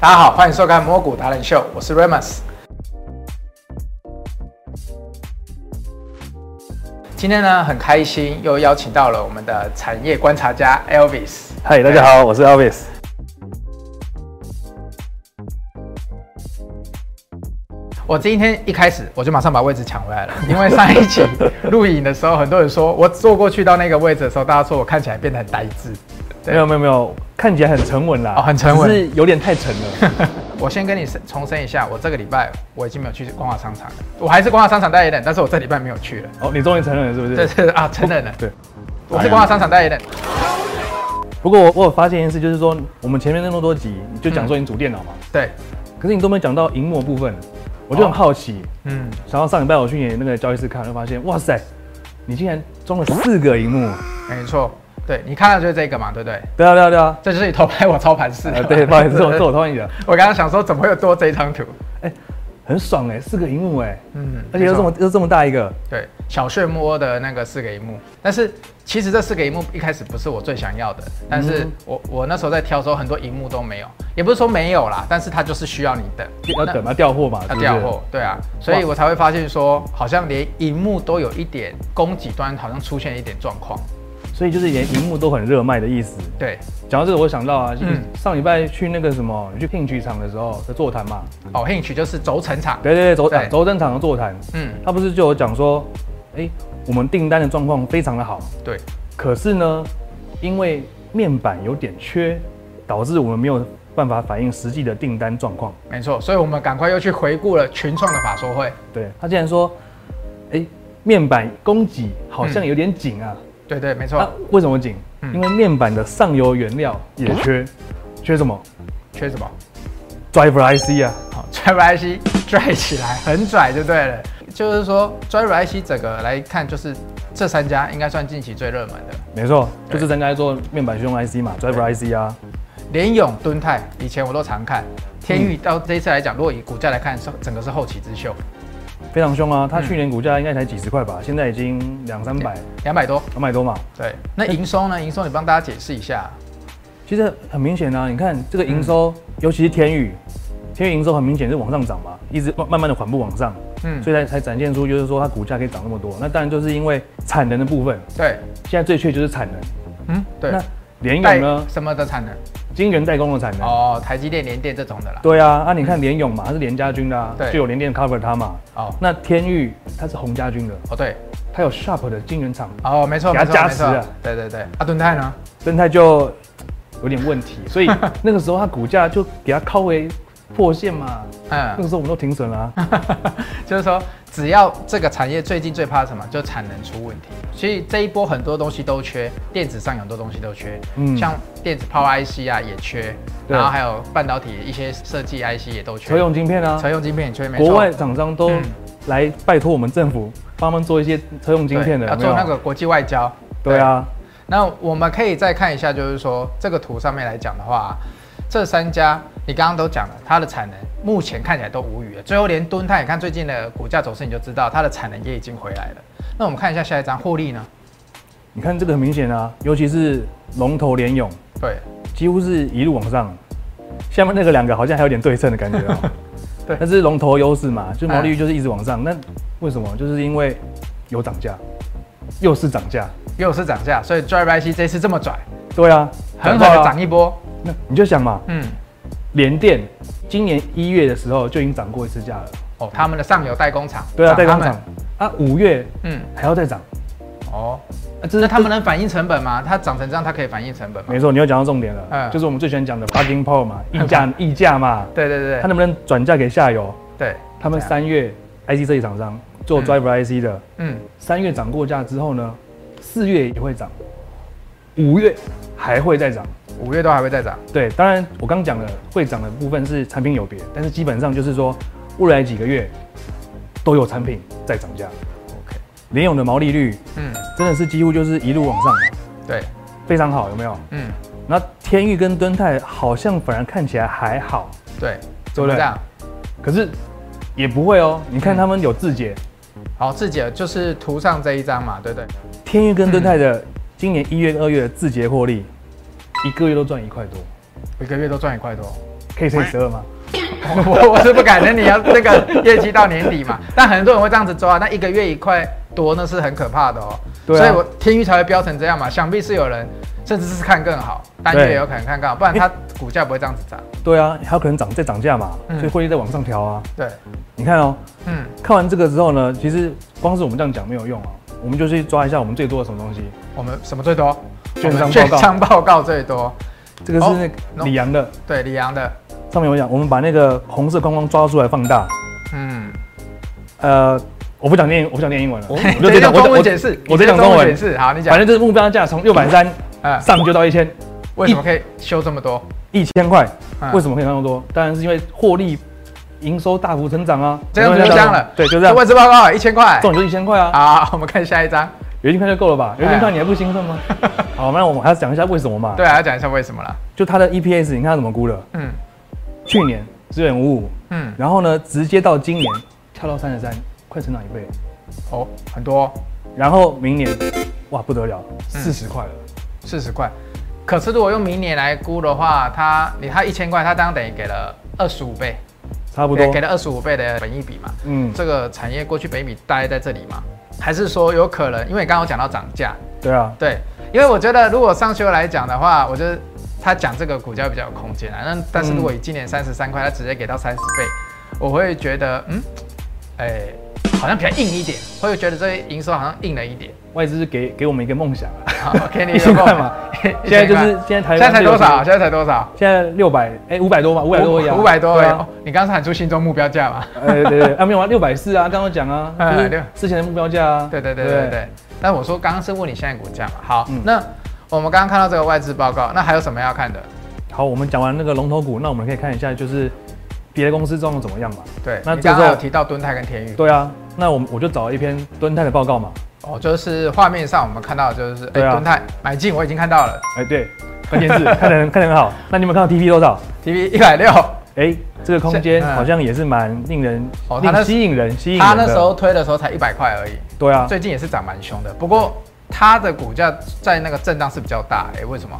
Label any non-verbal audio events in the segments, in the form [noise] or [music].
大家好，欢迎收看《摸骨达人秀》，我是 Remus。今天呢，很开心又邀请到了我们的产业观察家 Elvis。嗨，大家好，我是 Elvis。我今天一开始我就马上把位置抢回来了，因为上一集录影的时候，很多人说我坐过去到那个位置的时候，大家说我看起来变得很呆滞。没有没有没有，看起来很沉稳啦，哦很沉稳只是有点太沉了。 [laughs] 我先跟你申重申一下，我这个礼拜我已经没有去逛华商场了，我还是逛华商场代言人，但是我这礼拜没有去了。哦，你终于承认了是不是？这是啊，承认了，对。我是逛华商场代言人。不过我我有发现一件事，就是说我们前面那么多集，你就讲说你主电脑嘛，对，可是你都没有讲到荧幕的部分，我就很好奇。嗯，想到上礼拜我去你那个交易室看，就发现哇塞，你竟然装了四个荧幕。没错，对你看到就是这个嘛，对不对？对啊对啊对啊。这就是你偷拍我操盘式的、呃，对，不好意思，是我是我偷你的， [laughs] 啊我刚刚想说，怎么会有多这一张图？很爽哎，四个荧幕哎，嗯而且又这么又这么大一个，对，小漩涡的那个四个荧幕，但是其实这四个荧幕一开始不是我最想要的，但嗯是我、我那时候在挑的时候，很多荧幕都没有，也不是说没有啦，但是它就是需要你等，要那等要调货嘛，要是不是调货，对啊，所以我才会发现说，好像连荧幕都有一点供给端好像出现一点状况，所以就是连荧幕都很热卖的意思。对，讲到这个，我想到啊，嗯上礼拜去那个什么，你去 Pin 剧场的时候的座谈嘛，哦，Hinge 就是轴承厂，对对对，轴对场轴正场的座谈，嗯，他不是就有讲说，哎，我们订单的状况非常的好，对，可是呢，因为面板有点缺，导致我们没有办法反映实际的订单状况。没错，所以我们赶快又去回顾了群创的法说会，对他竟然说，哎，面板供给好像有点紧啊，对对，没那、错，为什么紧？嗯因为面板的上游原料也缺，缺什么缺什么？ ？Driver IC 啊。好，Driver [laughs] IC 拽起来，很拽就对了。就是说，Driver IC 整个来看，就是这三家应该算近期最热门的。没错，对就是咱刚才做面板驱动 IC 嘛，driver IC 啊，联咏、敦泰，以前我都常看。天宇到这一次来讲，如果以股价来看，是整个是后起之秀，非常凶啊！它嗯去年股价应该才几十块吧，现在已经两三百，两百多。两百多嘛。对，那营收呢？营收你帮大家解释一下。其实很明显啊，你看嗯这个营收，尤其是天宇，天宇营收很明显是往上涨嘛，一直慢慢慢的缓步往上，嗯，所以才才展现出就是说它股价可以涨那么多。那当然就是因为产能的部分，对，现在最缺就是产能。嗯，对那。联代咏呢，什么的产能？晶圆代工的产能。哦，台积电、联电这种的啦。对啊，啊你看联咏嘛，它是联家军的啊对，就有联电 cover 它嘛。哦，那天宇它是宏家军的，哦对，它有 Sharp 的晶圆厂哦没错给没它错加没持啊错。对对对。啊，敦泰呢？生态就有点问题， [laughs] 所以那个时候它股价就给它靠回破线嘛。那嗯，个时候我们都停损了、啊，就是说，只要这个产业最近最怕什么，就是产能出问题。所以这一波很多东西都缺，电子上有很多东西都缺，嗯像电子泡 IC 啊也缺，对然后还有半导体一些设计 IC 也都缺，车用晶片啊车，用晶片也缺，没错。国外厂商都嗯来拜托我们政府帮他们做一些车用晶片的，对要有没做有那个国际外交。对啊，那我们可以再看一下，就是说这个图上面来讲的话，这三家你刚刚都讲了，它的产能目前看起来都无语了。最后连敦泰，你看最近的股价走势，你就知道它的产能也已经回来了。那我们看一下下一张获利呢？你看这个很明显啊，尤其是龙头联勇，对。几乎是一路往上，下面那个两个好像还有点对称的感觉哦 [laughs] 对哎但是龙头优势嘛，就毛利率就是一直往上。那为什么？就是因为有涨价，又是涨价。又是涨价，所以 Drive IC 这次这么拽，对啊，狠狠到的啊涨一波。那你就想嘛，嗯，联电今年一月的时候就已经涨过一次价了，哦，他们的上游代工厂，对啊，涨代他工们厂，啊，五月嗯，还要再涨，哦，啊，这那是他们能反映成本吗？它涨成这样，它可以反映成本吗？没错，你又讲到重点嗯了，就是我们最喜欢讲的 bargaining [laughs] power 嘛，议价议价嘛，对对对它对能不能转嫁给下游？对，他们这样，三月 IC 设计厂商做嗯 driver IC 的，嗯，三月涨过价之后呢，四月也会涨，五月还会再涨。五月都还会再涨。对，当然我刚讲的会涨的部分是产品有别，但是基本上就是说未来几个月都有产品在涨价。 OK，联咏的毛利率嗯，真的是几乎就是一路往上嘛，对，非常好，有没有？嗯，那天域跟敦泰好像反而看起来还好，对，对怎么不对这？样？可是也不会哦，你看他们有字节，好，自己就是图上这一张嘛，对不对？天域跟敦泰的今嗯年一月、二月的字节获利，一个月都赚一块多，一个月都赚一块多， [laughs] 可以乘以十二吗？我我是不敢，那你要那个业绩到年底嘛。但很多人会这样子抓，那一个月一块多，那是很可怕的哦。对所啊以我天域才会飙成这样嘛，想必是有人甚至是看更好，单月对也有可能看更好，不然它股价不会这样子涨。对啊，还有可能涨再涨价嘛，嗯所以汇率在往上调啊。对，你看哦，嗯，看完这个之后呢，其实光是我们这样讲没有用啊，我们就去抓一下我们最多的什么东西。我们什么最多？券我们商券报告商报告最多。这个是哦那那个李阳的，对，李阳的，上面我讲，我们把那个红色框框抓出来放大。嗯，呃，我不讲念，我不讲念英文了，啊我 [laughs] 你哦直接用我中文我解释，我这直接讲中解文，释。好，你讲反，正就是目标价从六百三嗯，上就到一千为什么可以修这么多？一千块，嗯为什么可以那么多？当然是因为获利、营收大幅成长啊，这样子就香了对，就这这样，外资报告一千块这。种就一千块啊，好，我们看下一张。有一千块就够了吧？有一千哎块你还不兴 [laughs] 奋吗？好，那我们还要讲一下为什么嘛？对，啊，要讲一下为什么了。就它的 E EPS，你看它怎么估的？嗯去年四点五五，嗯，然后呢，直接到今年跳到三十三，快成长一倍。哦，很多哦、然后明年，哇不得了，嗯四十块了。四十块。可是如果用明年来估的话，它你它一千块，它当然等于给了二十五倍，差不给多给。了二十五倍的本益比嘛。嗯，这个产业过去本益比大概在这里嘛？还是说有可能？因为你刚刚有讲到涨价，对啊，对，因为我觉得如果上修来讲的话，我觉得他讲这个股价比较有空间啊。那但是如果以今年三十三块，他直接给到三十倍，我会觉得嗯，哎、好像比较硬一点，会觉得这营收好像硬了一点。外资是给给我们一个梦想啊。好，给你一一个千梦块嘛， [laughs] 现在就是现在台现湾在才是有多少？？现在才多少？现在六百哎五百多吧，五百多而已啊，五百多而已对哦啊。你刚刚是喊出心中目标价 [laughs] 嘛？呃对对对啊没有啊六百四啊，刚刚讲啊，哎就六是之前的目标价啊。对对对对对。但我说刚刚是问你现在股价嘛？好嗯，那我们刚刚看到这个外资报告，那还有什么要看的？好，我们讲完那个龙头股，那我们可以看一下就是别的公司状况怎么样嘛。对，那你这刚时刚候有提到敦泰跟天宇，对啊，那我们我就找了一篇敦泰的报告嘛。哦，就是画面上我们看到的就是，哎、对啊敦泰买进我已经看到了哎对，关键 [laughs] 字看得很看得很好。那你有没有看到 TP 多少？ ，TV [laughs] 一百六，哎，这个空是间嗯好像也是蛮令人哦他那令吸引人吸引人它的。那时候推的时候才一百块而已，对啊，最近也是涨蛮凶的，不过它的股价在那个震荡是比较大，哎、为什么？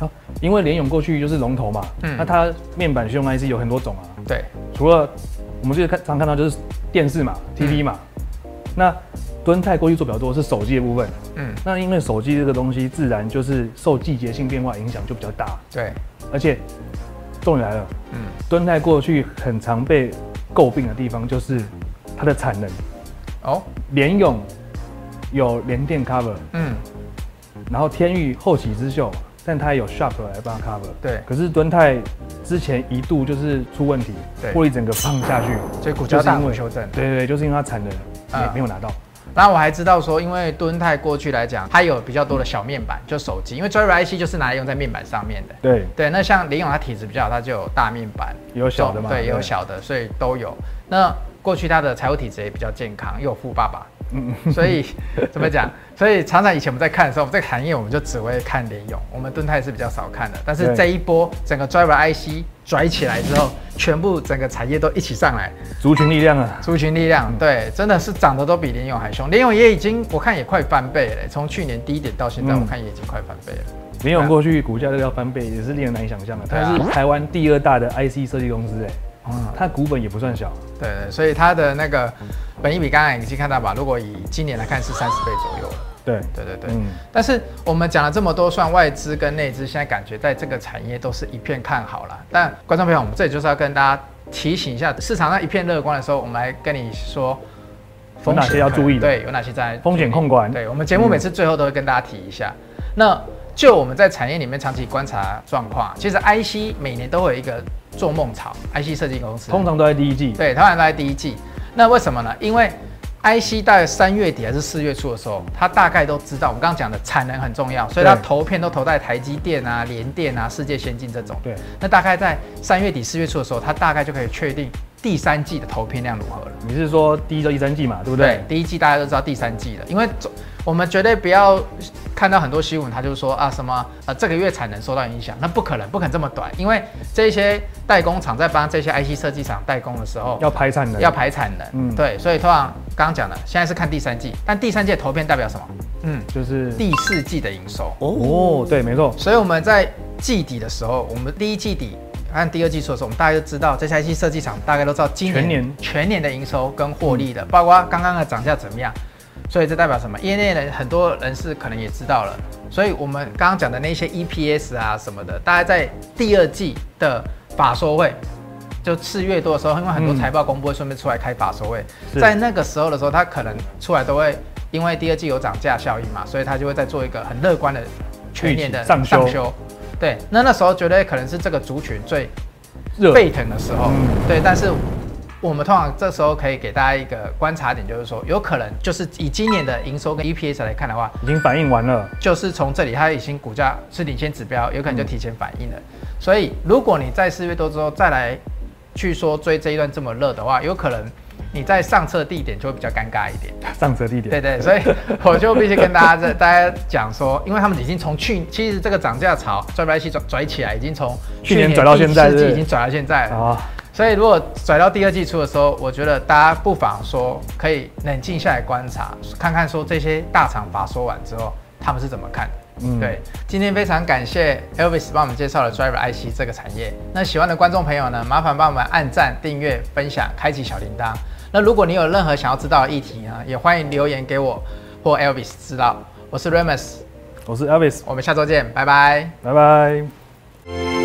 啊因为联勇过去就是龙头嘛，嗯那它面板驱动 IC 有很多种啊，对，除了我们最看常看到就是电视嘛、TV 嘛，那敦泰过去做比较多是手机的部分，嗯，那因为手机这个东西自然就是受季节性变化影响就比较大，对，而且重点来了，嗯，敦泰过去很常被诟病的地方就是它的产能，哦，联咏有联电 cover，嗯，然后天域后起之秀，但它也有 Sharp 来帮它 cover。对可是敦泰之前一度就是出问题对，获利整个放下去，所以股价大就是因幅为修正。对对对，就是因为它产能啊没没有拿到。那我还知道说，因为敦泰过去来讲，它有比较多的小面板，就手机，因为 Driver IC 就是拿来用在面板上面的。对，对，那像林勇他体质比较好，他就有大面板，也有小的嘛对，也有对小的，所以都有。那过去他的财务体质也比较健康，又有富爸爸，嗯， [laughs] 所以怎么讲？所以常常以前我们在看的时候，我们这个行业我们就只会看联勇，我们盾泰是比较少看的。但是对这一波整个 driver IC 拽起来之后，全部整个产业都一起上来，族群力量啊，族群力量，对，真的是涨得都比联勇还凶。联勇也已经我看也快翻倍了，从去年低点到现在，嗯我看也已经快翻倍了。联咏过去股价都要翻倍，也是令人难以想象的。对啊它是台湾第二大的 IC 设计公司，哎，嗯，它股本也不算小。对对，所以它的那个本益比刚才已经看到吧，如果以今年来看是三十倍左右了。对，对对对，嗯但是我们讲了这么多，算外资跟内资，现在感觉在这个产业都是一片看好了。但观众朋友，我们这里就是要跟大家提醒一下，市场上一片乐观的时候，我们来跟你说有哪些要注意的对，有哪些在风险控管对我们节目每次最后都会跟大家提一下。那就我们在产业里面长期观察状况，其实 IC 每年都会有一个做梦潮，IC 设计公司通常都在第一季。对，台湾都在第一季。那为什么呢？因为 IC 大概三月底还是四月初的时候，他大概都知道我们刚刚讲的产能很重要，所以他对投片都投在台积电啊、联电啊、世界先进这种。对，那大概在三月底四月初的时候，他大概就可以确定第三季的投片量如何了。你是说第一到第三季嘛，对不对？第一季大家都知道第三季了，因为总我们绝对不要看到很多新闻，他就说啊什么呃这个月产能受到影响，那不可能，不可能这么短，因为这些代工厂在帮这些 IC 设计厂代工的时候，要排产能，要排产能，嗯对，所以通常刚刚讲的，现在是看第三季，但第三季的投片代表什么？嗯，就是第四季的营收。哦，对，没错，所以我们在季底的时候，我们第一季底按第二季出的时候，我们大家就知道这家一期设计厂大概都知道今年全年嗯全年的营收跟获利的，包括刚刚的涨价怎么样。所以这代表什么？业内人很多人士可能也知道了。所以我们刚刚讲的那些 EPS 啊什么的，大家在第二季的法说会，就四月多的时候，因为很多嗯财报公布会顺便出来开法说会，是在那个时候的时候，它可能出来都会因为第二季有涨价效应嘛，所以它就会再做一个很乐观的全年的预期上修对，那那时候绝对可能是这个族群最热沸腾的时候，嗯对。但是我们通常这时候可以给大家一个观察点，就是说，有可能就是以今年的营收跟 EPS 来看的话，已经反应完了，就是从这里它已经股价是领先指标，有可能嗯就提前反应了。所以如果你在四月多之后再来去说追这一段这么热的话，有可能你在上车地点就会比较尴尬一点。上车地点。对对，所 [laughs] 以我就必须跟大家这大家讲说，因为他们已经从去其实这个涨价潮拽不来起拽拽起来，已经从去年拽到第现在四是季不是已经拽到现在了。啊，所以如果甩到第二季初的时候，我觉得大家不妨说可以冷静下来观察，看看说这些大厂法说完之后他们是怎么看的。嗯对，今天非常感谢 Elvis 帮我们介绍了 Driver IC 这个产业。那喜欢的观众朋友呢，麻烦帮我们按赞、订阅、分享、开启小铃铛。那如果你有任何想要知道的议题呢，也欢迎留言给我或 Elvis 知道。我是 Remus，我是 Elvis，我们下周见，拜拜。拜拜。